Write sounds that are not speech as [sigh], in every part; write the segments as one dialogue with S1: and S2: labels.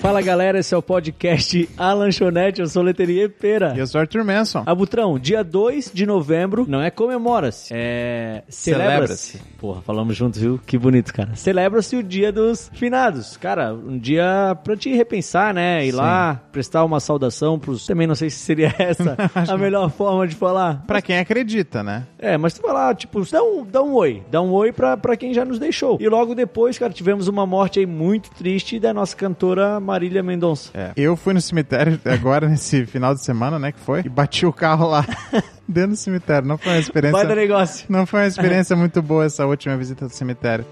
S1: Fala galera, esse é o podcast A Lanchonete, eu sou o Leterier Pera.
S2: E eu sou Arthur Manson.
S1: Abutrão, dia 2 de novembro, não é comemora-se, é celebra-se. Porra, falamos juntos, viu? Que bonito, cara. Celebra-se o dia dos finados. Cara, um dia pra te repensar, né? Ir
S2: Sim.
S1: lá, prestar uma saudação pros... Também não sei se seria [laughs]
S2: [laughs]
S1: essa a melhor forma de falar.
S2: Pra quem acredita, né?
S1: É, mas tu vai lá, tipo, dá um, dá um oi. Dá um oi pra, pra quem já nos deixou. E logo depois, cara, tivemos uma morte aí muito triste da nossa cantora Marília Mendonça.
S2: É. Eu fui no cemitério [laughs] agora, nesse final de semana, né, que foi, e bati o carro lá [laughs] dentro do cemitério. Não foi uma experiência...
S1: Vai dar negócio.
S2: Não foi uma experiência muito boa essa última visita do cemitério.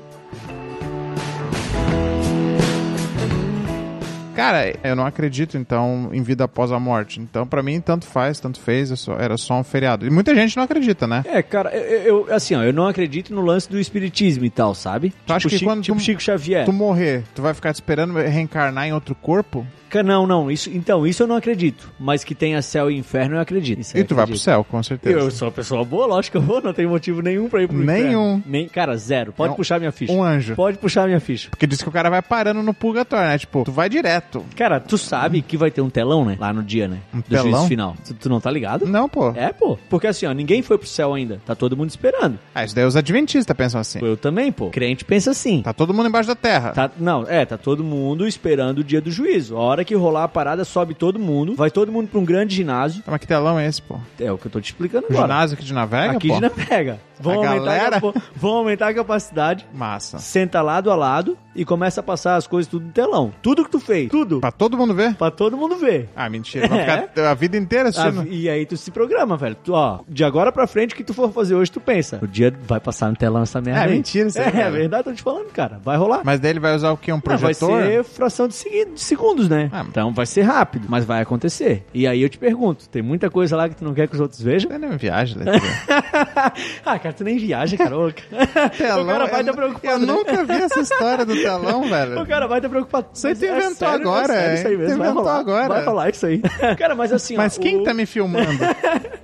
S2: Cara, eu não acredito, então, em vida após a morte. Então, pra mim, tanto faz, tanto fez, eu só- era só um feriado. E muita gente não acredita, né?
S1: É, cara, eu, eu- assim, ó, eu não acredito no lance do espiritismo e tal, sabe?
S2: Tu acha que
S1: Chico,
S2: quando
S1: tipo
S2: tu-
S1: Chico Xavier.
S2: Tu morrer, tu vai ficar te esperando reencarnar em outro corpo?
S1: Ca- Não, não, isso, então, isso eu não acredito. Mas que tenha céu e inferno, eu acredito. Isso eu
S2: e tu vai pro
S1: acredito.
S2: céu, com certeza.
S1: Eu sou uma pessoa boa, lógico que eu vou, não tenho motivo nenhum pra ir pro inferno.
S2: Nenhum.
S1: Nem, cara, zero. Pode
S2: É um-
S1: puxar minha ficha.
S2: um anjo.
S1: Pode puxar minha ficha.
S2: Porque diz que o cara vai parando no purgatório, né? Tipo, tu vai direto.
S1: Cara, tu sabe que vai ter um telão, né? Lá no dia, né?
S2: Um
S1: Do
S2: telão?
S1: juízo final. Tu, tu não tá ligado?
S2: Não, pô.
S1: É, pô. Porque assim, ó, ninguém foi pro céu ainda. Tá todo mundo esperando.
S2: Ah, isso daí os adventistas pensam assim.
S1: Eu também, pô. Crente pensa assim.
S2: Tá todo mundo embaixo da terra.
S1: Tá- não, é, tá todo mundo esperando o dia do juízo. A hora que rolar a parada, sobe todo mundo, vai todo mundo pra um grande ginásio.
S2: Tá, Mas que telão é esse, pô?
S1: É o que eu tô te explicando
S2: O
S1: agora.
S2: Um ginásio aqui de navega,
S1: Aqui
S2: pô?
S1: de navega. Vão
S2: A
S1: aumentar, a
S2: galera-
S1: capa- vão aumentar a capacidade.
S2: Massa.
S1: Senta lado a lado e começa a passar as coisas tudo no telão. Tudo que tu fez. Tudo.
S2: Pra todo mundo ver?
S1: Pra todo mundo ver.
S2: Ah, mentira. Vai
S1: É.
S2: ficar a vida inteira
S1: Ah,
S2: assistindo.
S1: e aí tu se programa, velho. Tu, ó, de agora pra frente, o que tu for fazer hoje, tu pensa. O dia vai passar no telão essa merda
S2: É,
S1: aí.
S2: mentira isso aí,
S1: É, é
S2: cara.
S1: verdade, tô te falando, cara. Vai rolar.
S2: Mas daí ele vai usar o quê? Um
S1: Não, vai
S2: projetor?
S1: ser fração de, segui- de segundos, né?
S2: Ah, mas-
S1: então vai ser rápido, mas vai acontecer. E aí eu te pergunto, tem muita coisa lá que tu não quer que os outros vejam?
S2: Daí não viaja, é Letícia.
S1: [laughs] ah, cara, tu nem viaja, cara. Ô, [laughs] cara. [laughs] o cara vai
S2: eu,
S1: estar
S2: nu-
S1: preocupado.
S2: eu
S1: né?
S2: nunca vi essa história do
S1: [laughs]
S2: telão, velho.
S1: O cara assim, vai estar preocupado.
S2: Você tu
S1: É
S2: inventou
S1: sério,
S2: agora,
S1: é sério, isso aí
S2: hein? Tu
S1: mesmo. Vai
S2: inventou
S1: rolar,
S2: agora.
S1: Vai rolar isso aí. [laughs] Cara, mas assim, ó,
S2: Mas quem
S1: o-
S2: tá
S1: [laughs]
S2: me filmando?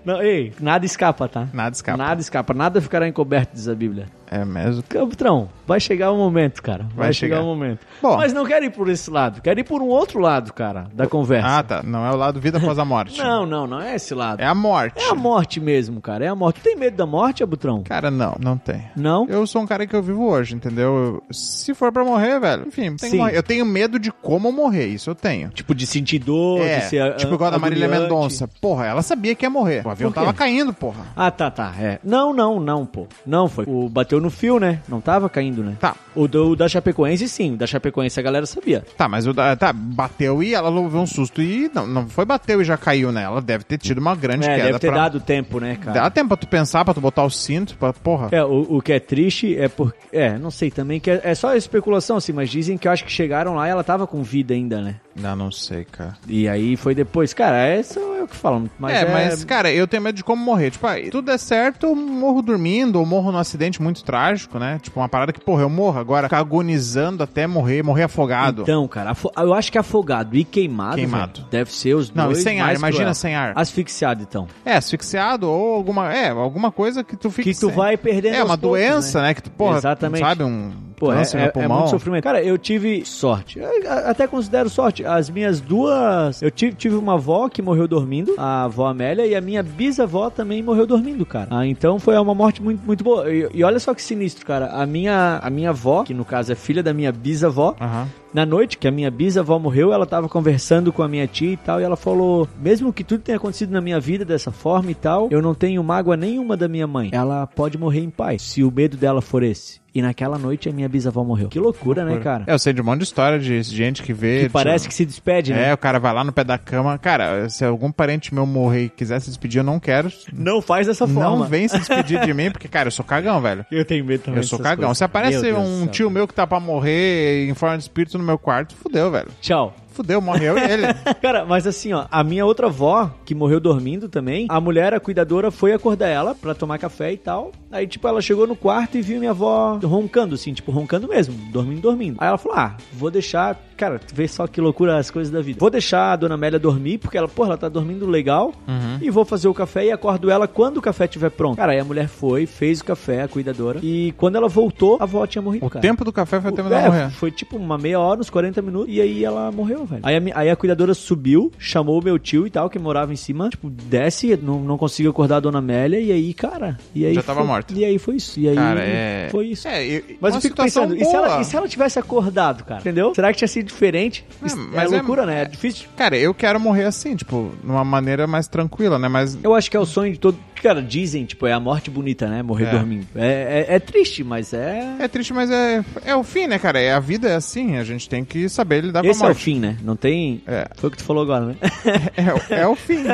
S1: Não, ei, nada escapa, tá?
S2: Nada escapa.
S1: Nada escapa, nada ficará encoberto, diz a Bíblia.
S2: É mesmo.
S1: Cabutrão, vai chegar o momento, cara. Vai,
S2: Vai
S1: chegar
S2: chegar.
S1: o momento.
S2: Bom.
S1: Mas não quero ir por esse lado, quero ir por um outro lado, cara, da conversa.
S2: Ah, tá. Não é o lado vida após a morte.
S1: não, não, não é esse lado.
S2: É a morte.
S1: É a morte mesmo, cara. É a morte. Tu tem medo da morte, Abutrão?
S2: Cara, não. Não tem.
S1: Não?
S2: Eu sou um cara que eu vivo hoje, entendeu? Eu- Se for pra morrer, velho. Enfim, tem que
S1: Sim.
S2: morrer. eu tenho medo de como eu morrer, isso eu tenho.
S1: Tipo, de sentir dor,
S2: É,
S1: de ser.
S2: tipo igual a da Marília Mendonça. Porra, ela sabia que ia morrer. O avião
S1: Por quê?
S2: tava caindo, porra.
S1: Ah, tá, tá. É. Não, não, não, pô. Não foi. O bateu no fio, né? Não tava caindo, né?
S2: Tá.
S1: O do, da Chapecoense, sim. O da Chapecoense a galera sabia.
S2: Tá, mas o da- tá, bateu e ela levou um susto e não, não foi bateu e já caiu, né? Ela deve ter tido uma grande
S1: É,
S2: queda.
S1: deve ter
S2: pra-
S1: dado tempo, né, cara?
S2: Dá tempo pra tu pensar, pra tu botar o cinto, pra, porra.
S1: É, o, o que é triste é porque. É, não sei também, que é, é só especulação, assim, mas dizem que eu acho que chegaram lá e ela tava com vida ainda, né?
S2: Não, não sei, cara.
S1: E aí foi depois. Cara, é só é o que falam. Mas
S2: é, mas, cara, eu tenho medo de como morrer. Tipo, ah, tudo é certo, eu morro dormindo, ou morro num acidente muito trágico, né? Tipo, uma parada que, porra, eu morro agora, ficar agonizando até morrer, morrer afogado.
S1: Então, cara, afo- eu acho que afogado e queimado,
S2: Queimado.
S1: velho, deve ser os
S2: Não, e
S1: dois
S2: sem ar,
S1: mais
S2: imagina
S1: cruel.
S2: sem ar.
S1: Asfixiado, então.
S2: É, asfixiado ou alguma. É, alguma coisa que tu fica.
S1: Que tu
S2: sem-
S1: vai perdendo
S2: É,
S1: aos
S2: uma
S1: poucos,
S2: doença, né? Que tu, porra,
S1: Exatamente.
S2: sabe, um
S1: Pô, é,
S2: câncer no
S1: é- é
S2: pulmão.
S1: muito sofrimento. Cara, eu tive sorte. Eu, a- até considero sorte. As minhas duas... Eu tive, tive uma avó que morreu dormindo, a avó Amélia, e a minha bisavó também morreu dormindo, cara. Ah, então foi uma morte muito, muito boa. E, e olha só que sinistro, cara. A minha, a minha avó, que no caso é filha da minha bisavó,
S2: Aham.
S1: Na noite que a minha bisavó morreu, ela tava conversando com a minha tia e tal, e ela falou: Mesmo que tudo tenha acontecido na minha vida dessa forma e tal, eu não tenho mágoa nenhuma da minha mãe. Ela pode morrer em paz, se o medo dela for esse. E naquela noite a minha bisavó morreu. Que loucura, né, cara?
S2: É, eu sei de um monte de história de gente que vê. tipo,
S1: que parece que se despede, né?
S2: É, o cara vai lá no pé da cama. Cara, se algum parente meu morrer e quiser se despedir, eu não quero.
S1: Não faz dessa
S2: Não vem se despedir
S1: [laughs]
S2: de mim, porque, cara, eu sou cagão, velho.
S1: Eu tenho medo também.
S2: Eu sou
S1: dessas
S2: cagão.
S1: coisas.
S2: Se aparece
S1: Meu Deus
S2: um
S1: do céu,
S2: tio
S1: cara.
S2: meu que tá pra morrer em forma de espírito no meu quarto, fudeu, velho.
S1: Tchau.
S2: Fudeu,
S1: [laughs]
S2: morreu ele.
S1: Cara, mas assim, ó, a minha outra avó, que morreu dormindo também, a mulher, a cuidadora, foi acordar ela pra tomar café e tal. Aí, tipo, ela chegou no quarto e viu minha avó roncando, assim, tipo, roncando mesmo, dormindo, dormindo. Aí ela falou: ah, vou deixar Cara, tu vê só que loucura as coisas da vida. Vou deixar a dona Amélia dormir, porque ela, porra, ela tá dormindo legal. E vou fazer o café e acordo ela quando o café estiver pronto. Cara, aí a mulher foi, fez o café, a cuidadora. E quando ela voltou, a avó tinha morrido.
S2: O
S1: cara.
S2: tempo do café foi o tempo da
S1: É,
S2: morrer.
S1: Foi tipo uma meia hora, uns 40 minutos, e aí ela morreu, velho. Aí a, mi- aí a cuidadora subiu, chamou o meu tio e tal, que morava em cima, tipo, desce, não, não conseguiu acordar a dona Amélia, e aí, cara. E aí
S2: Já tava
S1: foi-
S2: morta.
S1: E aí foi isso. E aí
S2: Cara, é.
S1: foi isso.
S2: É, e-
S1: Mas
S2: uma
S1: eu fico
S2: situação
S1: pensando, e se, ela,
S2: boa.
S1: e se ela tivesse acordado, cara? Entendeu? Será que tinha sido diferente?
S2: É,
S1: Isso
S2: mas
S1: é
S2: é-
S1: loucura, né? É difícil.
S2: Cara, eu quero morrer assim, tipo, numa maneira mais tranquila, né? Mas
S1: Eu acho que é o sonho de todo. Cara, dizem, tipo, é a morte bonita, né? Morrer
S2: É.
S1: dormindo. É, é, é triste, mas é.
S2: é triste, mas é, é o fim, né, cara? É, a vida é assim, a gente tem que saber lidar
S1: Esse
S2: com a
S1: é o
S2: morte.
S1: fim, né? Não tem.
S2: É.
S1: Foi o que tu falou agora, né?
S2: [laughs] É, o- é o
S1: [laughs]
S2: fim.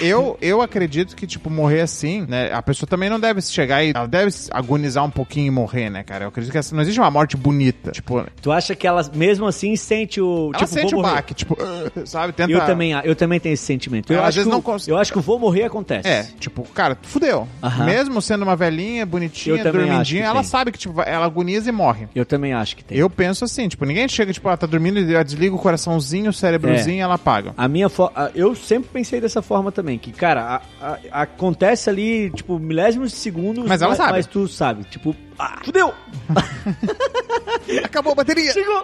S2: Eu, eu acredito que, tipo, morrer assim, né? A pessoa também não deve se chegar e. Ela deve se agonizar um pouquinho e morrer, né, cara? Eu acredito que essa, não existe uma morte bonita. Tipo, ela
S1: Tu acha que ela, mesmo assim, sente o. tipo, vou
S2: sente o
S1: morrer.
S2: baque, tipo, [laughs] "Ugh", sabe? Tenta. É,
S1: Eu também, eu também tenho esse sentimento. Eu,
S2: Às
S1: acho
S2: vezes
S1: que,
S2: não
S1: o-
S2: cons-
S1: eu acho que o vou morrer acontece.
S2: É, tipo, cara, tu fudeu.
S1: Aham.
S2: Mesmo sendo uma velhinha,
S1: Eu
S2: bonitinha,
S1: também acho que
S2: dormidinha, ela
S1: tem.
S2: sabe que, tipo, ela agoniza e morre.
S1: Eu também acho que tem.
S2: Eu penso assim, tipo, ninguém chega, tipo, ah, tá dormindo e ela desliga o coraçãozinho, o cérebrozinho e
S1: É.
S2: ela
S1: [laughs]
S2: apaga.
S1: A minha fo- a- Eu sempre pensei dessa forma também, que, cara, a- a- acontece ali, tipo, milésimos de segundos.
S2: Mas ela sabe.
S1: Mas tu sabe, tipo, ah, fudeu!
S2: Acabou a
S1: [laughs]
S2: bateria!
S1: Chegou!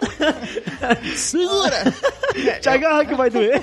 S1: [laughs]
S2: Segura!
S1: Te agarra que vai
S2: [laughs]
S1: doer.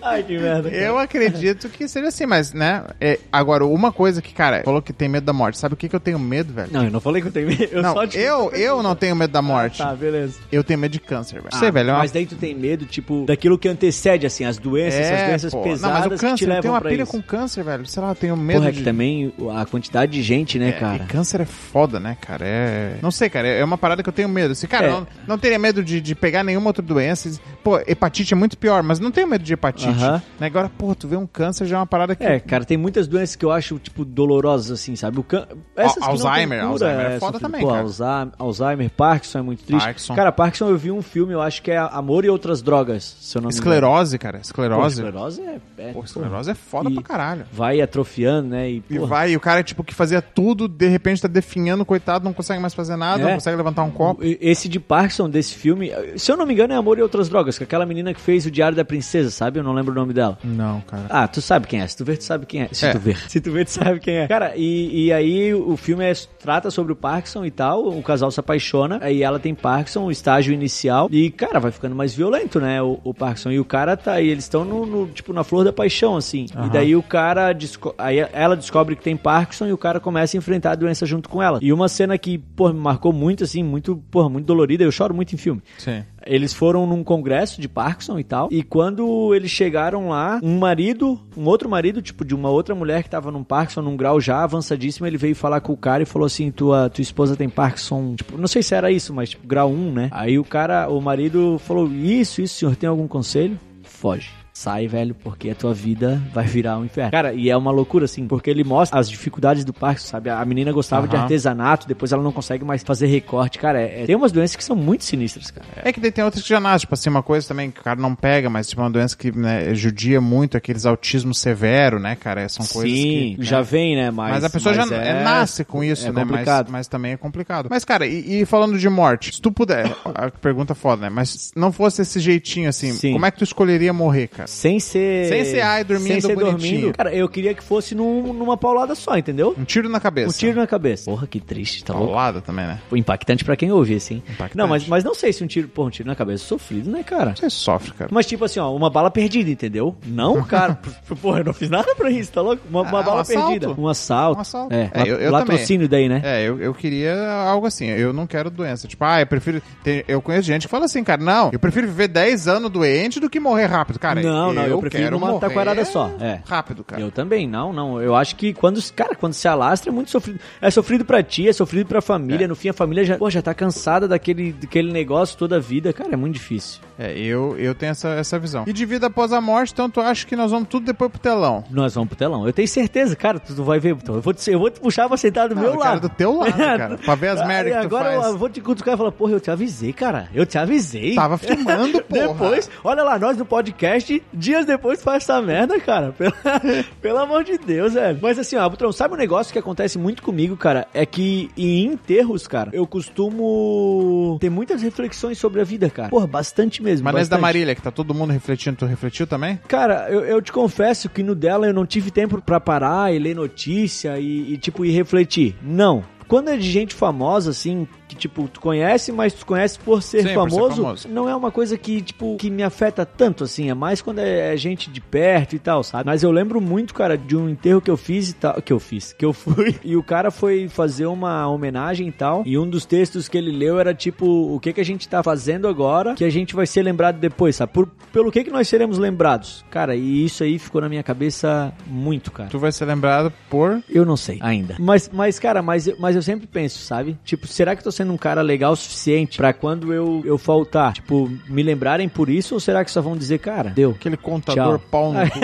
S1: Ai, que merda. cara.
S2: Eu acredito que seja assim, mas, né? é, agora, uma coisa que, cara, falou que tem medo da morte. Sabe o que, que eu tenho medo, velho?
S1: Não, eu não falei que eu tenho medo. Eu
S2: Não,
S1: só te...
S2: eu, eu não tenho medo da morte.
S1: Tá, beleza.
S2: Eu tenho medo de câncer, velho.
S1: Ah,
S2: Sei, velho. é uma-
S1: Mas daí tu tem medo, tipo, daquilo que antecede, assim, as doenças, essas
S2: É,
S1: doenças
S2: pô.
S1: pesadas
S2: Não, mas o
S1: que te
S2: câncer,
S1: levam
S2: eu tenho uma
S1: pra
S2: pilha
S1: isso.
S2: com câncer, velho. Sei lá, eu tenho medo
S1: Porra, é
S2: de...
S1: que também a quantidade de gente, né,
S2: É,
S1: cara?
S2: E câncer é foda, né, cara? É. Não sei, cara. É uma parada que eu tenho medo. Assim, cara,
S1: É.
S2: não, não teria medo de, de pegar nenhuma outra doença. Pô, hepatite é muito pior, mas não tenho medo de hepatite.
S1: Aham.
S2: Né? Agora, pô, tu vê um câncer já é uma parada que.
S1: É, cara, tem muitas doenças que eu acho, tipo, dolorosas, assim, sabe? O can... Essas que não tem
S2: Alzheimer,
S1: cura,
S2: Alzheimer é
S1: são
S2: foda
S1: tudo-
S2: também,
S1: pô,
S2: cara.
S1: Alzheimer, Alzheimer, Parkinson é muito triste.
S2: Parkinson.
S1: Cara, Parkinson eu vi um filme, eu acho que é Amor e Outras Drogas, se eu não me engano.
S2: Esclerose, cara.
S1: Pô,
S2: Esclerose.
S1: esclerose é... né? é
S2: Pô,
S1: porra,
S2: esclerose é foda
S1: E-
S2: pra caralho.
S1: Vai atrofiando, né? E,
S2: E
S1: porra,
S2: vai, e o cara, tipo, que fazia tudo, de repente tá definhando, coitado, não consegue mais fazer nada,
S1: É.
S2: não consegue levantar um copo.
S1: E- Esse de Parkinson, desse filme, se eu não me engano, é Amor e Outras Drogas, que é aquela menina que fez o Diário da Princesa, sabe? Eu não lembro o nome dela.
S2: Não, cara.
S1: Ah, tu sabe quem é. Se tu ver, tu sabe quem é. Se
S2: É.
S1: tu ver. Se tu ver, tu sabe quem é. Cara, e, e aí o filme é- trata sobre o Parkinson e tal. O casal se apaixona. Aí ela tem Parkinson, o estágio inicial. E, cara, vai ficando mais violento, né? O, o Parkinson. E o cara tá. E eles estão no, no, tipo, na flor da paixão, assim. E
S2: Aham.
S1: daí o cara. desco- Aí ela descobre que tem Parkinson e o cara começa a enfrentar a doença junto com ela. E uma cena que, porra, me marcou muito, assim, muito, porra, muito dolorida. Eu choro muito em filme.
S2: Sim.
S1: Eles foram num congresso de Parkinson e tal. E quando eles chegaram lá, um marido, um outro marido, tipo de uma outra mulher que tava num Parkinson num grau já avançadíssimo, ele veio falar com o cara e falou assim: "Tua tua esposa tem Parkinson". Tipo, não sei se era isso, mas tipo grau 1, né? Aí o cara, o marido falou: "Isso, isso, senhor tem algum conselho?" Foge. Sai, velho, porque a tua vida vai virar um inferno. Cara, e é uma loucura, assim, porque ele mostra as dificuldades do Parkinson, sabe? A menina gostava de
S2: Aham.
S1: artesanato, depois ela não consegue mais fazer recorte. Cara, é- é- tem umas doenças que são muito sinistras, cara.
S2: É que daí tem outras que já nascem, tipo assim, uma coisa também que o cara não pega, mas tipo, uma doença que né, judia muito, aqueles autismo severo, né, cara? São coisas
S1: Sim,
S2: que. né,
S1: já vem, né? Mas,
S2: Mas a pessoa
S1: mas
S2: já é- nasce com isso,
S1: é
S2: né?
S1: complicado.
S2: Mas, mas também é complicado. Mas, cara, e, e falando de morte, se tu puder, [coughs] a pergunta é foda, né? Mas se não fosse esse jeitinho assim,
S1: Sim.
S2: como é que tu escolheria morrer, cara?
S1: Sem ser.
S2: Sem ser, ai, dormindo
S1: Sem ser
S2: bonitinho.
S1: dormindo. Cara, eu queria que fosse num- numa paulada só, entendeu?
S2: Um tiro na cabeça.
S1: Um tiro na cabeça. Porra, que triste, tá louco?
S2: Paulada também, né?
S1: Impactante pra quem ouvir, assim.
S2: Impactante.
S1: Não, mas, mas não sei se um tiro. Pô, um tiro na cabeça é sofrido, né, cara?
S2: Você sofre, cara.
S1: Mas tipo assim, ó, uma bala perdida, entendeu?
S2: [laughs]
S1: Não, cara. p- Porra, eu não fiz nada pra isso, tá louco? Uma, uma
S2: Ah, um
S1: bala
S2: assalto.
S1: perdida. Um assalto.
S2: Um assalto.
S1: É,
S2: É, eu- eu
S1: latrocínio daí, né?
S2: É, eu, eu queria algo assim. Eu não quero doença. Tipo, ah, eu prefiro. tem- eu conheço gente que fala assim, cara, não, eu prefiro viver 10 anos doente do que morrer rápido, cara.
S1: Não, não, eu prefiro
S2: quero
S1: numa
S2: morrer
S1: taquarada só, é.
S2: Rápido, cara.
S1: Eu também, não, não. Eu acho que quando, cara, quando se alastra é muito sofrido. É sofrido pra ti, é sofrido pra família. No fim, a família já, pô, já tá cansada daquele, daquele negócio toda a vida. Cara, é muito difícil.
S2: É, eu, eu tenho essa, essa visão. E de vida após a morte, então tu acha que nós vamos tudo depois pro telão?
S1: Nós vamos pro telão. Eu tenho certeza, cara, tu, tu vai ver. Então, eu, vou te, eu vou te puxar pra sentar do
S2: Não,
S1: meu
S2: eu quero
S1: lado.
S2: do teu
S1: [laughs]
S2: lado, cara, pra ver as
S1: Ah,
S2: merda que tu
S1: Agora
S2: faz.
S1: eu vou te cutucar e falar, porra, eu te avisei, cara. Eu te avisei. [laughs]
S2: Tava filmando, porra.
S1: Depois, olha lá, nós no podcast dias depois tu faz essa merda, cara. [laughs] Pelo, pelo amor de Deus, velho. Mas assim, ó, Butrão, sabe um negócio que acontece muito comigo, cara? É que em enterros, cara, eu costumo ter muitas reflexões sobre a vida, cara. Porra, bastante mesmo.
S2: Mas nesse da
S1: bastante.
S2: Marília, que tá todo mundo refletindo, tu refletiu também?
S1: Cara, eu, eu te confesso que no dela eu não tive tempo pra parar e ler notícia e, e, tipo, e refletir. Não. Quando é de gente famosa, assim, que, tipo, tu conhece, mas tu conhece por ser,
S2: Sim, por ser
S1: famoso,
S2: famoso.
S1: não é uma coisa que, tipo, que me afeta tanto, assim. É mais quando é, é gente de perto e tal, sabe? Mas eu lembro muito, cara, de um enterro que eu fiz e tal. Que eu fiz, que eu fui. [laughs] E o cara foi fazer uma homenagem e tal. E um dos textos que ele leu era, tipo, o que que a gente tá fazendo agora que a gente vai ser lembrado depois, sabe? Por- pelo que que nós seremos lembrados. Cara, e isso aí ficou na minha cabeça muito, cara.
S2: Tu vai ser lembrado por.
S1: Eu não sei ainda. Mas, mas cara, mas, eu- mas eu sempre penso, sabe? Tipo, será que eu tô sendo um cara legal o suficiente pra quando eu, eu faltar, tipo, me lembrarem por isso? Ou será que só vão dizer, cara, deu? [laughs]
S2: Aquele contador
S1: Tchau.
S2: pau no
S1: [laughs]
S2: cu.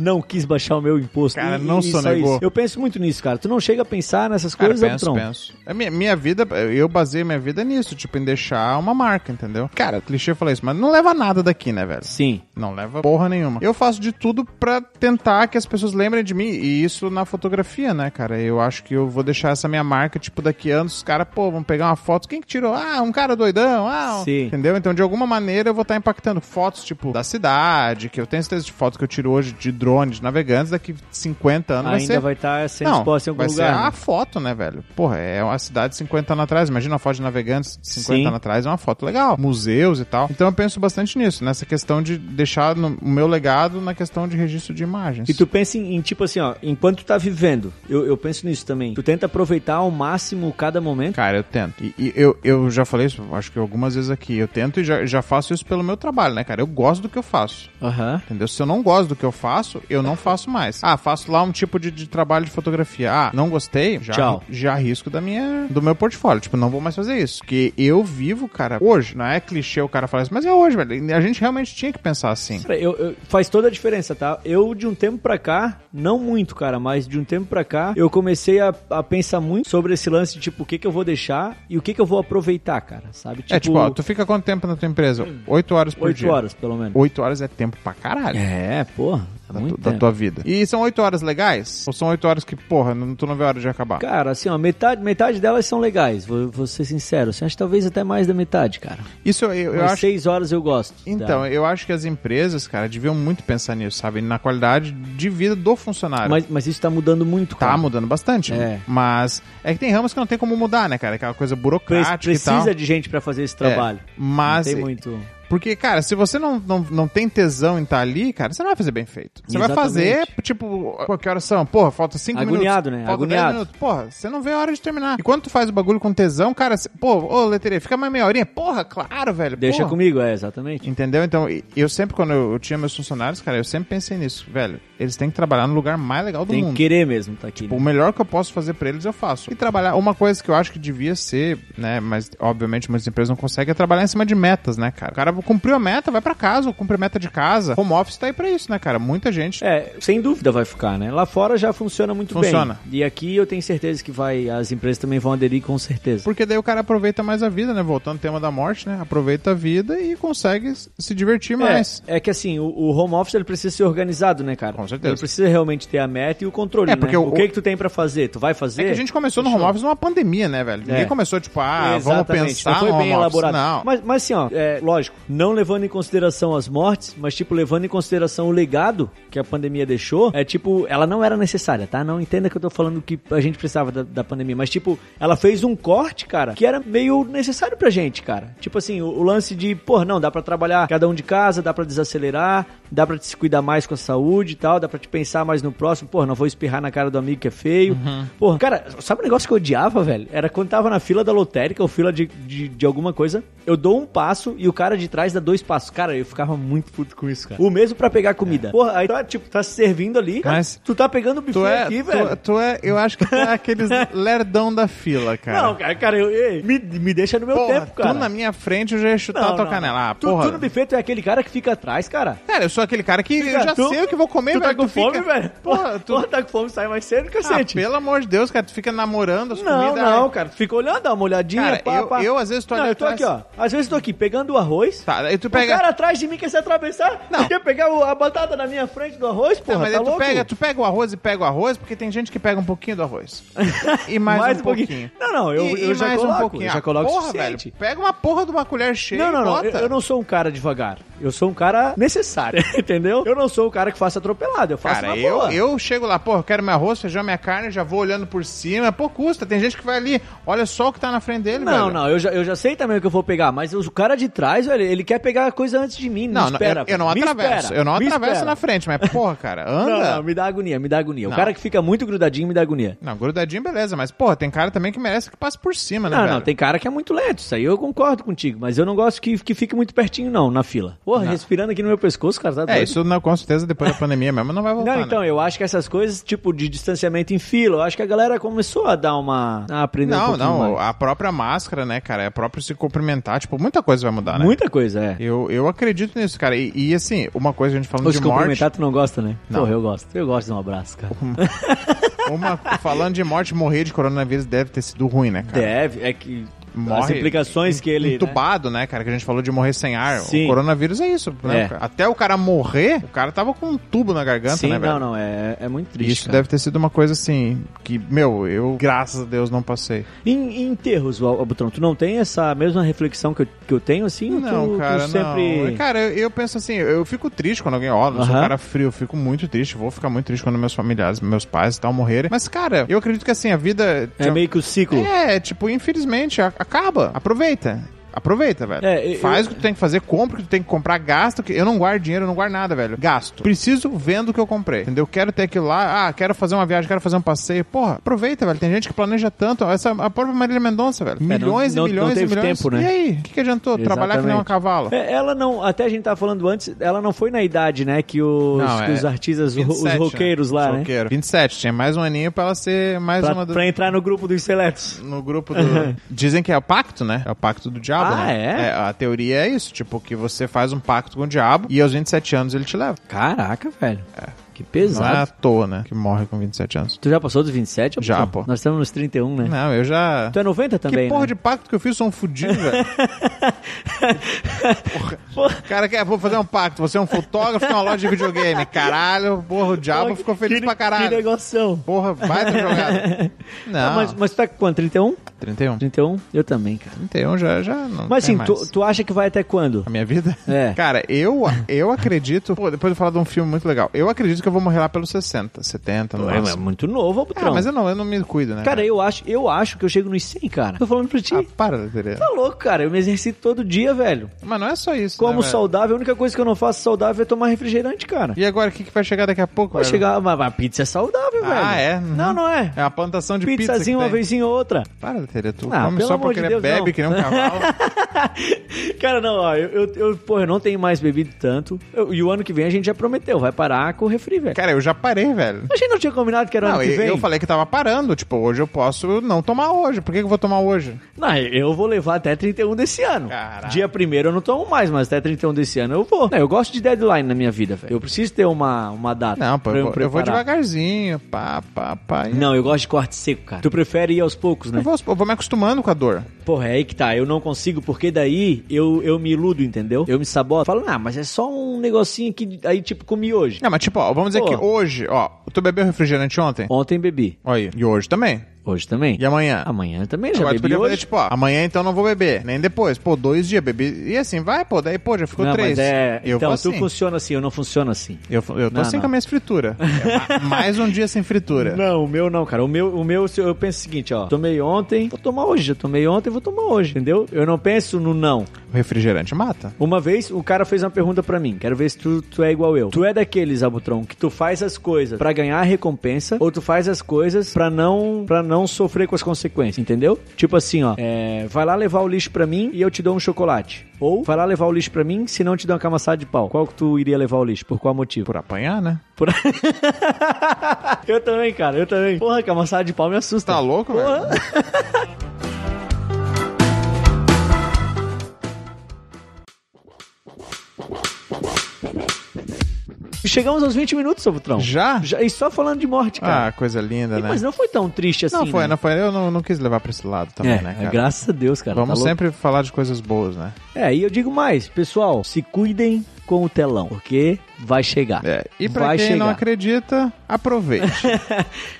S1: não quis baixar o meu imposto.
S2: Cara, não sonegou.
S1: isso. Eu penso muito nisso, cara. Tu não chega a pensar nessas
S2: Cara,
S1: coisas, é
S2: penso,
S1: Tron?
S2: penso. A minha, minha vida, eu baseio minha vida nisso, tipo, em deixar uma marca, entendeu? Cara, clichê falar isso, mas não leva nada daqui, né, velho?
S1: Sim.
S2: Não leva porra nenhuma. Eu faço de tudo pra tentar que as pessoas lembrem de mim. E isso na fotografia, né, cara? Eu acho que eu vou deixar essa minha marca, tipo, daqui a anos, os caras, pô, vão pegar uma foto. Quem que tirou? Ah, um cara doidão. Ah, um-
S1: Sim.
S2: entendeu? Então, de alguma maneira, eu vou estar impactando fotos, tipo, da cidade, que eu tenho certeza de fotos que eu tiro hoje de drone, de navegantes, daqui 50 anos vai ser
S1: Ainda vai estar sendo exposta em algum
S2: vai
S1: lugar.
S2: ser
S1: né?
S2: a foto, né, velho? Porra, é uma cidade de 50 anos atrás. Imagina uma foto de navegantes de 50
S1: Sim.
S2: anos atrás, é uma foto legal. Museus e tal. Então eu penso bastante nisso, nessa questão de deixar no- o meu legado na questão de registro de imagens.
S1: E tu pensa em, em, tipo assim, ó, enquanto tu tá vivendo, eu, eu penso nisso também. Tu tenta aproveitar ao máximo cada momento.
S2: Cara, eu tento. E, e eu, eu já falei isso, acho que algumas vezes aqui. Eu tento e já, já faço isso pelo meu trabalho, né, cara? Eu gosto do que eu faço.
S1: Aham.
S2: Entendeu? Se eu não gosto do que eu faço, eu não faço mais. Ah, faço lá um tipo de, de trabalho de fotografia. Ah, não gostei, já,
S1: Tchau.
S2: já risco da minha, do meu portfólio. Tipo, não vou mais fazer isso. Porque eu vivo, cara, hoje. Não é clichê o cara falar isso, mas é hoje, velho. A gente realmente tinha que pensar assim.
S1: Cara, eu, eu- faz toda a diferença, tá? Eu, de um tempo pra cá, não muito, cara, mas de um tempo pra cá, eu comecei a, a pensar muito sobre esse lance de, tipo, o que que eu vou deixar e o que que eu vou aproveitar, cara, sabe?
S2: é tipo, ó, tu né? fica quanto tempo na tua empresa? Oito horas por
S1: oito
S2: dia.
S1: horas, pelo menos.
S2: Oito horas é tempo pra caralho.
S1: É, porra, é
S2: Da,
S1: muito
S2: Tá tu- da
S1: tempo.
S2: tua vida. E são oito horas legais? Ou são oito horas que, porra, não, tu não vê a hora de acabar?
S1: Cara, assim, ó, metade, metade delas são legais, vou, vou ser sincero. Assim, acho que talvez até mais da metade, cara.
S2: Isso eu, eu
S1: Mas
S2: acho
S1: seis horas eu gosto.
S2: Então,
S1: tá?
S2: eu acho que as empresas, cara, deviam muito pensar nisso, sabe? Na qualidade de vida do funcionário.
S1: mas, mas isso tá mudando muito,
S2: Tá
S1: cara.
S2: mudando bastante.
S1: É.
S2: Mas é que tem ramos que não tem como mudar, né, cara? Aquela coisa
S1: Pre-
S2: burocrática e
S1: Precisa
S2: tal. É,
S1: de gente pra fazer esse trabalho.
S2: Mas, é,
S1: Não tem muito...
S2: porque, cara, se você não, não, não tem tesão em estar ali, cara, você não vai fazer bem feito. Você vai fazer,
S1: Exatamente.
S2: tipo, qualquer hora são? Porra, falta cinco
S1: Agoniado,
S2: minutos.
S1: né?
S2: Falta dez
S1: Agoniado.
S2: minutos. Porra, você não vê a hora de terminar. E quando tu faz o bagulho com tesão, cara, você, pô, ô, leteria, fica mais meia horinha. Porra, claro, velho.
S1: Deixa
S2: porra.
S1: comigo, é, exatamente.
S2: Entendeu? Então, e- eu sempre, quando eu, eu tinha meus funcionários, cara, eu sempre pensei nisso, velho. Eles têm que trabalhar no lugar mais legal do
S1: Tem que
S2: mundo. Tipo,
S1: querer mesmo tá aqui. né?
S2: O melhor que eu posso fazer pra eles, eu faço. E trabalhar, uma coisa que eu acho que devia ser, né? Mas, obviamente, muitas empresas não conseguem, é trabalhar em cima de metas, né, cara? O cara cumpriu a meta, vai pra casa, ou cumpre a meta de casa. Home office tá aí pra isso, né, cara? Muita gente.
S1: É, sem dúvida vai ficar, né? Lá fora já funciona muito
S2: Funciona.
S1: bem. E aqui eu tenho certeza que vai, as empresas também vão aderir com certeza.
S2: Porque daí o cara aproveita mais a vida, né? Voltando ao tema da morte, né? Aproveita a vida e consegue s- se divertir mais.
S1: É, é que assim, o, o home office ele precisa ser organizado, né, cara?
S2: Com certeza.
S1: Ele precisa realmente ter a meta e o controle,
S2: É,
S1: né?
S2: porque o-
S1: o que que tu tem pra fazer? Tu vai fazer?
S2: É que a gente começou no home office numa pandemia, né, velho? Ninguém
S1: É.
S2: começou, tipo, ah, vamos
S1: Exatamente,
S2: pensar
S1: não foi
S2: no home
S1: bem
S2: office.
S1: elaborado.
S2: Não.
S1: Mas, mas assim, ó, é, lógico, não levando em consideração as mortes, mas tipo, levando em consideração o legado que a pandemia deixou, é tipo, ela não era necessária, tá? Não entenda que eu tô falando que a gente precisava da, da pandemia, mas tipo, ela fez um corte, cara, que era meio necessário pra gente, cara. Tipo assim, o, o lance de, porra, não, dá pra trabalhar cada um de casa, dá pra desacelerar, dá pra te se cuidar mais com a saúde e tal, dá pra te pensar mais no próximo, porra, não vou espirrar na cara do amigo que é feio.
S2: Uhum.
S1: Porra, cara, sabe um negócio que eu odiava, velho? Era quando tava na fila da lotérica ou fila de, de, de alguma coisa, eu dou um passo e o cara de trás dá dois passos. Cara, eu ficava muito puto com isso, cara. O mesmo pra pegar comida. Porra, aí tá, tipo, tá se servindo ali,
S2: Mas-
S1: tu tá pegando o buffet
S2: É. Tu é,
S1: aqui,
S2: tu-
S1: velho.
S2: Tu, é, eu acho que tu é
S1: [laughs]
S2: aqueles lerdão da fila, cara.
S1: Não, cara, cara, eu, ei, me, me deixa no meu
S2: porra, é
S1: tempo, cara.
S2: tu na minha frente eu já ia chutar a tua canela. Ah,
S1: tu,
S2: porra.
S1: tu no buffet tu é aquele cara que fica atrás, cara.
S2: Cara, eu sou aquele cara que eu já
S1: tu-
S2: sei o que vou comer,
S1: tu tá
S2: velho.
S1: com
S2: tu fica-
S1: fome, velho?
S2: Porra, tu...
S1: Porra, tá com fome, sai mais cedo,
S2: Ah,
S1: cacete.
S2: pelo amor de Deus, cara, tu fica namorando as
S1: Não,
S2: comidas. é
S1: não, cara. Fica olhando, dá uma olhadinha.
S2: Cara, eu- eu, às vezes, tô
S1: Não,
S2: ali
S1: eu tô
S2: atrás-
S1: aqui, ó. Às vezes eu tô aqui pegando o arroz.
S2: Tá, aí tu
S1: O
S2: pega...
S1: cara atrás de mim quer se atravessar.
S2: Não.
S1: Não. Quer pegar o- a batata na minha frente do arroz, porra.
S2: Não, mas
S1: tá
S2: aí tu
S1: louco?
S2: pega, tu pega o arroz e pega o arroz, porque tem gente que pega um pouquinho do arroz.
S1: [laughs]
S2: E mais, um, pouquinho.
S1: Não, não, eu,
S2: E-
S1: eu
S2: e
S1: já
S2: mais um
S1: coloco.
S2: pouquinho.
S1: eu já
S2: Ah,
S1: coloco o
S2: porra,
S1: suficiente.
S2: velho, pega uma porra de uma colher cheia
S1: Não,
S2: e
S1: não, não.
S2: bota.
S1: Eu, eu não sou um cara devagar. Eu sou um cara necessário, [laughs] entendeu? Eu não sou o cara que faça atropelado. Eu faço
S2: Cara,
S1: na
S2: eu,
S1: boa.
S2: eu chego lá, porra, eu quero meu arroz, feijão, minha carne, já vou olhando por cima. Pô, custa. Tem gente que vai ali, olha só o que tá na frente dele,
S1: Não,
S2: velho.
S1: não, eu já, eu já sei também o que eu vou pegar, mas o cara de trás, velho, ele quer pegar a coisa antes de mim.
S2: Não,
S1: me
S2: não,
S1: espera,
S2: eu, eu não
S1: velho, me
S2: atravesso.
S1: espera,
S2: eu não
S1: me
S2: atravesso
S1: espera.
S2: na frente, mas porra, cara, anda.
S1: [laughs] Não, não, me dá agonia, me dá agonia.
S2: Não.
S1: O cara que fica muito grudadinho me dá agonia.
S2: Não, grudadinho, beleza, mas, porra, tem cara também que merece que passe por cima, né,
S1: Não,
S2: velho?
S1: não, tem cara que é muito lento, isso aí eu concordo contigo, mas eu não gosto que, que fique muito pertinho, não, na fila. Porra, respirando aqui no meu pescoço, cara, tá doido?
S2: É, isso não, com certeza depois da pandemia mesmo não vai voltar,
S1: Não, então,
S2: né?
S1: eu acho que essas coisas, tipo, de distanciamento em fila, eu acho que a galera começou a dar uma... a aprender um
S2: Não,
S1: pouquinho
S2: não,
S1: mais.
S2: a própria máscara, né, cara, é próprio se cumprimentar, tipo, muita coisa vai mudar, né?
S1: Muita coisa, é.
S2: Eu, eu acredito nisso, cara. E, e, assim, uma coisa que a gente falando
S1: Ou
S2: de
S1: se
S2: morte,
S1: cumprimentar, tu não gosta, né?
S2: Não.
S1: Porra, eu gosto. Eu gosto de um abraço, cara.
S2: uma, falando de morte, morrer de coronavírus deve ter sido ruim, né, cara?
S1: Deve, é que... as
S2: Morre
S1: implicações que ele... né?
S2: entubado, né? cara? Que a gente falou de morrer sem ar. O
S1: Sim.
S2: coronavírus é isso, né?
S1: É.
S2: cara? Até o cara morrer, o cara tava com um tubo na garganta,
S1: Sim,
S2: né, velho?
S1: não, não, é, é muito
S2: E
S1: triste,
S2: Isso
S1: cara.
S2: deve ter sido uma coisa assim que, meu, eu, graças a Deus, não passei.
S1: Em, em enterros, Al- Albutrão, tu não tem essa mesma reflexão que eu, que eu tenho, assim? ou
S2: Não, É
S1: tu, tu
S2: cara,
S1: sempre...
S2: não. Cara, eu, eu penso assim, eu, eu fico triste quando alguém, ó, não sou um
S1: Aham.
S2: cara frio, eu fico muito triste, vou ficar muito triste quando meus familiares, meus pais e tal morrerem. Mas, cara, eu acredito que assim, a vida.
S1: É meio que o ciclo.
S2: É, tipo, infelizmente, a- acaba. Aproveita. Aproveita, velho.
S1: É, eu-
S2: Faz o que tu tem que fazer, compra o que tu tem que comprar, gasta. o que- Eu não guardo dinheiro, eu não guardo nada, velho. Gasto. Preciso vendo o que eu comprei. Entendeu? Quero ter aquilo lá. Ah, quero fazer uma viagem, quero fazer um passeio. Porra, aproveita, velho. Tem gente que planeja tanto. Essa, a própria Marília Mendonça, velho.
S1: É, não-
S2: Milhões
S1: não-
S2: e
S1: não
S2: milhões e
S1: teve
S2: milhões.
S1: tempo, né?
S2: E aí? O que, que adiantou? Trabalhar que nem
S1: Exatamente.
S2: uma cavala.
S1: É, Ela não, até a gente tava falando antes, ela não foi na idade, né, que os,
S2: Não,
S1: que
S2: é
S1: os artistas, os ro- os
S2: 27,
S1: roqueiros lá, né?
S2: Roqueiro. 27. Tinha mais um aninho pra ela ser mais
S1: Pra,
S2: é uma... do-
S1: pra entrar no grupo dos seletos.
S2: no grupo do. Dizem que é o pacto, né? É o pacto do diabo,
S1: Ah,
S2: né?
S1: é?
S2: A teoria é isso, tipo, que você faz um pacto com o diabo e aos 27 anos ele te leva.
S1: Caraca, velho. Que
S2: Não é à
S1: pesado.
S2: toa, né? Que morre com 27 anos.
S1: Tu já passou dos 27?
S2: Já,
S1: Alberto?
S2: pô.
S1: Nós estamos nos 31, né?
S2: Não, eu já.
S1: Tu é 90 também,
S2: que porra
S1: né?
S2: de pacto que eu fiz? Sou um
S1: [laughs]
S2: fudido, velho.
S1: Porra,
S2: Cara, quer, vou fazer um pacto. Você é um fotógrafo, tem uma loja de videogame. Caralho, porra, o diabo ficou feliz
S1: que-
S2: pra caralho.
S1: Que negoção.
S2: Porra, vai
S1: [laughs]
S2: ter jogada. Não,
S1: Ah, mas, mas tu tá com quanto? 31?
S2: 31.
S1: 31? Eu também, cara.
S2: 31 já, já não.
S1: Mas
S2: tem
S1: assim, tu,
S2: mais.
S1: tu acha que vai até quando?
S2: A minha vida?
S1: É.
S2: [laughs] Cara, eu, eu acredito. Pô, depois eu vou falar de um filme muito legal. Eu acredito que eu vou morrer lá pelos 60, 70, no
S1: É, é
S2: máximo.
S1: muito novo,
S2: Ah,
S1: Albutrão.
S2: mas eu não, eu não me cuido, né?
S1: Cara, eu acho, eu acho que eu chego nos 100, cara. Tô falando pra ti.
S2: Ah, para, Leteria.
S1: Tá louco, cara. Eu me exercito todo dia, velho.
S2: Mas não é só isso. né,
S1: Como
S2: velho?
S1: saudável, a única coisa que eu não faço saudável é tomar refrigerante, cara.
S2: E agora, o que, que vai chegar daqui a pouco?
S1: Vai
S2: velho?
S1: chegar, mas mas a pizza é saudável,
S2: Ah,
S1: velho.
S2: é? Uhum.
S1: Não, não é.
S2: É uma plantação de pizza. que
S1: Pizzazinha uma
S2: tem.
S1: vezinha ou outra. [laughs]
S2: Para, Leteria. Tu
S1: Ah,
S2: come
S1: pelo
S2: só
S1: amor
S2: porque
S1: de
S2: ele
S1: Deus,
S2: bebe
S1: não.
S2: que nem
S1: [laughs]
S2: um cavalo.
S1: Cara, não, ó, eu, eu, eu, porra, eu não tenho mais bebido tanto. Eu- e o ano que vem a gente já prometeu, vai parar com o refri, velho.
S2: Cara, eu já parei, velho.
S1: A gente não tinha combinado que era
S2: Não,
S1: ano que
S2: eu,
S1: vem?
S2: eu falei que tava parando. Tipo, hoje eu posso não tomar hoje. Por que, que eu vou tomar hoje?
S1: Não, eu vou levar até 31 desse ano.
S2: Caralho.
S1: Dia 1 eu não tomo mais, mas até 31 desse ano eu vou. É, Eu gosto de deadline na minha vida, velho. Eu preciso ter uma, uma data.
S2: Não, pô,
S1: pra
S2: eu,
S1: me
S2: vou- eu vou
S1: preparar.
S2: devagarzinho. Pá, pá, pá. e-
S1: Não, eu gosto de corte seco, cara. Tu prefere ir aos poucos, né?
S2: Eu vou, eu vou me acostumando com a dor.
S1: Porra, é aí que tá. Eu não consigo, porque daí eu, eu me iludo, entendeu? Eu me saboto. Falo, ah, mas é só um negocinho que aí, tipo, comi hoje.
S2: Não, mas tipo, ó, vamos dizer
S1: Pô.
S2: que hoje, ó, tu bebeu refrigerante ontem?
S1: Ontem bebi.
S2: Olha aí. E hoje também.
S1: Hoje também.
S2: E amanhã?
S1: Amanhã também já
S2: Agora
S1: bebi
S2: tu podia fazer,
S1: hoje.
S2: tipo, ó, amanhã então não vou beber, nem depois. Pô, dois dias bebi. E assim, vai, pô, daí, pô, já ficou
S1: não,
S2: três.
S1: mas é...
S2: Eu
S1: então,
S2: vou
S1: tu
S2: assim.
S1: funciona assim, eu não funciono assim.
S2: Eu, fu- eu tô
S1: Não,
S2: assim
S1: não.
S2: com a
S1: [laughs]
S2: minha fritura. É, ma- mais um dia sem fritura.
S1: Não, o meu não, cara. O meu, o meu, se eu eu penso o seguinte, ó. Tomei ontem, vou tomar hoje. Já tomei ontem, vou tomar hoje, entendeu? Eu não penso no não.
S2: O refrigerante mata.
S1: Uma vez, o cara fez uma pergunta pra mim. Quero ver se tu, tu é igual eu. Tu é daqueles, Abutron, que tu faz as coisas pra ganhar a recompensa ou tu faz as coisas pra não para não sofrer com as consequências, entendeu? Tipo assim, ó. é, vai lá levar o lixo pra mim e eu te dou um chocolate. Ou vai lá levar o lixo pra mim, se não te dou uma camaçada de pau. Qual que tu iria levar o lixo? Por qual
S2: [laughs]
S1: motivo?
S2: Por apanhar, né?
S1: Por- eu também, cara, eu também. Porra, que amassada de pau me assusta.
S2: Tá louco, velho?
S1: Chegamos aos 20 minutos, Sobutrão.
S2: Já?
S1: Já, e só falando de morte, cara.
S2: Ah, coisa linda,
S1: E,
S2: né?
S1: Mas não foi tão triste assim.
S2: não foi,
S1: né?
S2: não foi. Eu não, não quis levar pra esse lado também,
S1: é,
S2: né,
S1: é,
S2: cara?
S1: graças a Deus, cara.
S2: Vamos
S1: tá louco?
S2: sempre falar de coisas boas, né?
S1: É, e eu digo mais, pessoal, se cuidem com o telão, porque vai chegar.
S2: É, e pra
S1: Vai
S2: quem não
S1: chegar.
S2: acredita,
S1: [laughs]
S2: aproveite.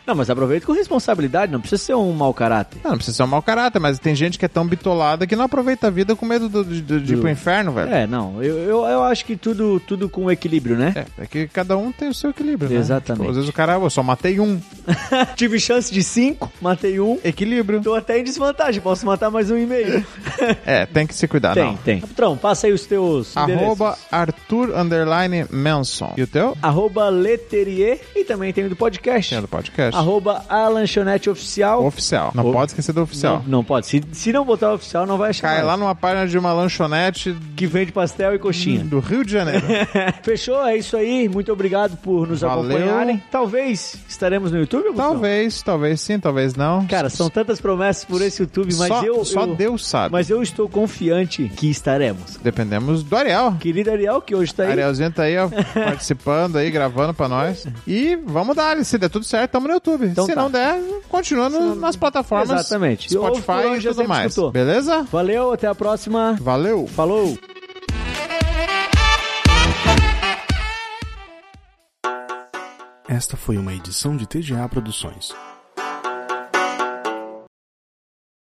S1: Não, mas aproveita com responsabilidade, não precisa ser um mau caráter.
S2: não, não precisa ser um mau caráter, mas tem gente que é tão bitolada que não aproveita a vida com medo do- de, de- de ir
S1: Do-
S2: pro inferno, velho.
S1: É, não, eu, eu, eu acho que tudo, tudo com equilíbrio, né?
S2: É, é que cada um tem o seu equilíbrio, né?
S1: Exatamente.
S2: Tipo, às vezes o cara, eu só matei um.
S1: [laughs] Tive chance de cinco, matei um.
S2: Equilíbrio.
S1: Tô até em desvantagem, posso matar mais um e meio.
S2: É, tem que se cuidar,
S1: tem,
S2: não.
S1: tem. Patrão, passa aí os teus
S2: Arroba
S1: endereços.
S2: Arthur Underline Manson. E o teu?
S1: Arroba Leterier e também tem o do podcast.
S2: Tinha do podcast.
S1: Arroba a lanchonete oficial.
S2: Oficial. Não
S1: O-
S2: pode esquecer do oficial.
S1: Não, não pode. Se, se não botar oficial, não vai achar.
S2: Cai
S1: mais.
S2: lá numa página de uma lanchonete
S1: Que vende pastel e coxinha.
S2: do Rio de Janeiro.
S1: [laughs] Então. Fechou? É isso aí. Muito obrigado por nos
S2: Valeu.
S1: acompanharem. Talvez estaremos no YouTube, Augusto?
S2: talvez, talvez sim, talvez não.
S1: Cara, são tantas promessas por esse YouTube, mas
S2: só,
S1: eu.
S2: só
S1: eu-
S2: Deus sabe.
S1: Mas eu estou confiante que estaremos.
S2: Dependemos do Ariel.
S1: Querido Ariel, que hoje está aí.
S2: Arielzinho
S1: [laughs]
S2: tá aí, ó, participando aí, gravando pra nós. E vamos dar, se der tudo certo, tamo no YouTube.
S1: Então
S2: se
S1: tá.
S2: não der, continua no- nas plataformas.
S1: Exatamente. E ouve por
S2: Spotify
S1: onde
S2: e
S1: já
S2: tudo
S1: sempre
S2: mais.
S1: escutou.
S2: Beleza?
S1: Valeu, até a próxima.
S2: Valeu!
S1: Falou!
S3: Esta foi uma edição de TGA Produções.